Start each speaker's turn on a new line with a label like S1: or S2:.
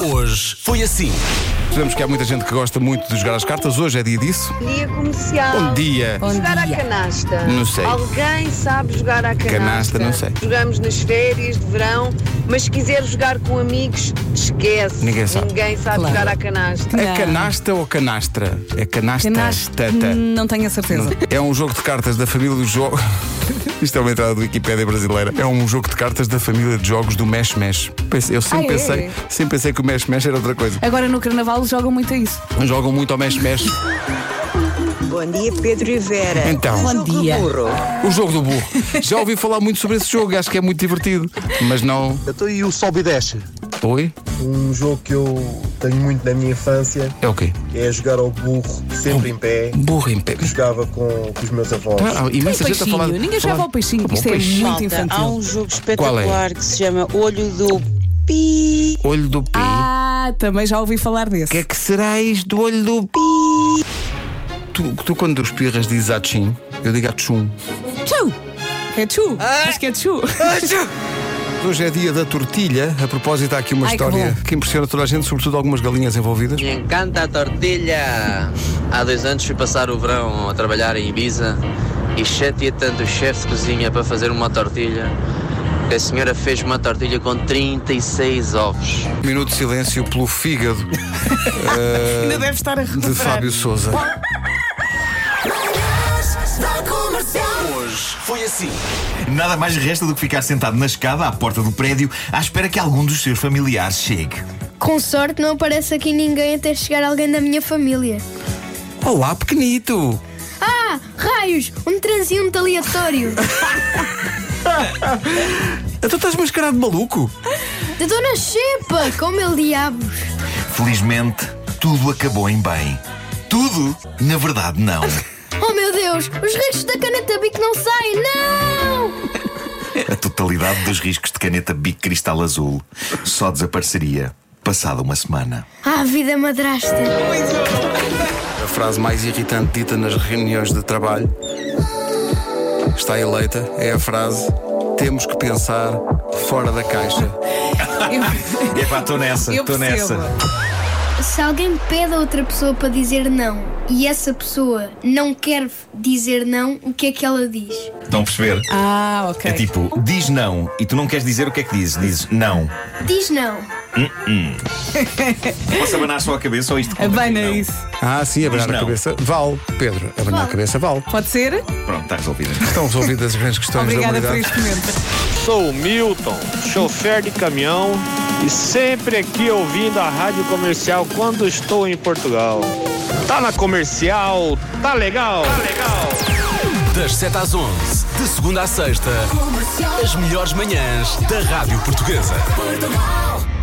S1: Hoje foi assim. Sabemos que há muita gente que gosta muito de jogar as cartas. Hoje é dia disso.
S2: Dia comercial.
S1: Bom dia.
S2: Bom jogar
S3: dia.
S2: à canasta.
S1: Não sei.
S2: Alguém sabe jogar à canasta.
S1: Canasta, não sei.
S2: Jogamos nas férias de verão, mas se quiser jogar com amigos, esquece.
S1: Ninguém sabe.
S2: Ninguém sabe
S3: Claro.
S2: jogar à canasta.
S1: É canasta ou canastra? É canasta.
S3: Canasta. Hum.
S1: Tata.
S3: Não tenho a certeza.
S1: É um jogo de cartas da família do jogo. Isto é uma entrada do Wikipédia brasileira. É um jogo de cartas da família de jogos do Mesh Mesh. Pense- Eu sempre
S3: Ah, é?
S1: pensei, sempre pensei que o Mesh Mesh era outra coisa.
S3: Agora no carnaval jogam muito a isso.
S1: Jogam muito ao Mesh Mesh.
S4: Bom dia, Pedro e Vera.
S1: Então,
S3: Bom dia.
S4: Burro.
S1: o jogo do burro. Já ouvi falar muito sobre esse jogo, acho que é muito divertido. Mas não.
S5: Então e o sobe e desce?
S1: Oi?
S6: Um jogo que eu tenho muito na minha infância
S1: É o quê?
S6: é jogar ao burro, sempre em pé,
S1: Burro em pé.
S6: que jogava com, com os meus avós.
S7: Tá.
S1: Ah, há
S3: Tem
S1: imensa gente a
S3: peixinho.
S1: falar.
S3: Ninguém jogava ao peixinho.
S1: Bom,
S3: Isto é
S1: peixe.
S3: muito
S8: Malta, há
S3: infantil.
S8: um jogo
S1: Qual é?
S8: espetacular que se chama Olho do Pi.
S1: Olho do pi.
S3: Ah, também já ouvi falar desse.
S1: que é que será isto do olho do pi? Tu, tu quando espirras dizes atchim, eu digo atchum.
S3: Tchu! É tchu! Acho que é tchu!
S1: Hoje é dia da tortilha. A propósito, há aqui uma
S3: Ai, que
S1: história que,
S3: bom.
S1: impressiona toda a gente, sobretudo algumas galinhas envolvidas.
S9: Me encanta a tortilha! Há dois anos fui passar o verão a trabalhar em Ibiza e chateia tanto o chefe de cozinha para fazer uma tortilha que a senhora fez uma tortilha com 36 ovos.
S1: Um Minuto de silêncio pelo fígado Ah,
S3: Ainda deve estar a
S1: de
S3: recuperar.
S1: Fábio Souza.
S10: assim, Nada mais resta do que ficar sentado na escada à porta do prédio à espera que algum dos seus familiares chegue.
S11: Com sorte não aparece aqui ninguém até chegar alguém da minha família.
S1: Olá, pequenito!
S11: Ah, raios! Um transiente aleatório!
S3: Então
S1: Tu estás mascarado de maluco?
S11: da Dona Xepa! Como ele diabos!
S10: Felizmente, tudo acabou em bem. Tudo, na verdade, não.
S11: Oh meu Deus! Os restos da caneta bico não saem! Não!
S10: A totalidade dos riscos de caneta Bic Cristal Azul só desapareceria passada uma semana.
S11: Ah, vida madrasta!
S1: A frase mais irritante dita nas reuniões de trabalho está eleita. É a frase: temos que pensar fora da caixa.
S3: Eu,
S10: Epá, estou nessa,
S3: eu
S10: estou
S3: percebo.
S10: nessa.
S11: Se alguém pede a outra pessoa para dizer não e essa pessoa não quer dizer não, o que é que ela diz?
S10: Estão a perceber?
S3: Ah, ok.
S10: É tipo, diz não e tu não queres dizer o que é que dizes. Dizes não.
S11: Diz não.
S10: Posso abanar só a cabeça ou isto? conta?
S3: Abana
S10: Não.
S3: é isso.
S1: Ah, sim, abanar
S10: Mas
S1: a
S10: não.
S1: cabeça. Vale, Pedro, abanar a
S11: Vale.
S1: cabeça, vale.
S3: Pode ser?
S10: Pronto, está resolvido. então.
S1: Estão resolvidas as grandes questões
S3: Obrigada
S1: da
S3: por
S1: humanidade.
S3: este momento.
S7: Sou o Milton, chofer de caminhão e sempre aqui ouvindo a rádio comercial quando estou em Portugal. Tá na comercial, tá legal. Tá legal.
S1: Das 7 às 11, de segunda à sexta, as melhores manhãs da Rádio Portuguesa.
S4: Portugal.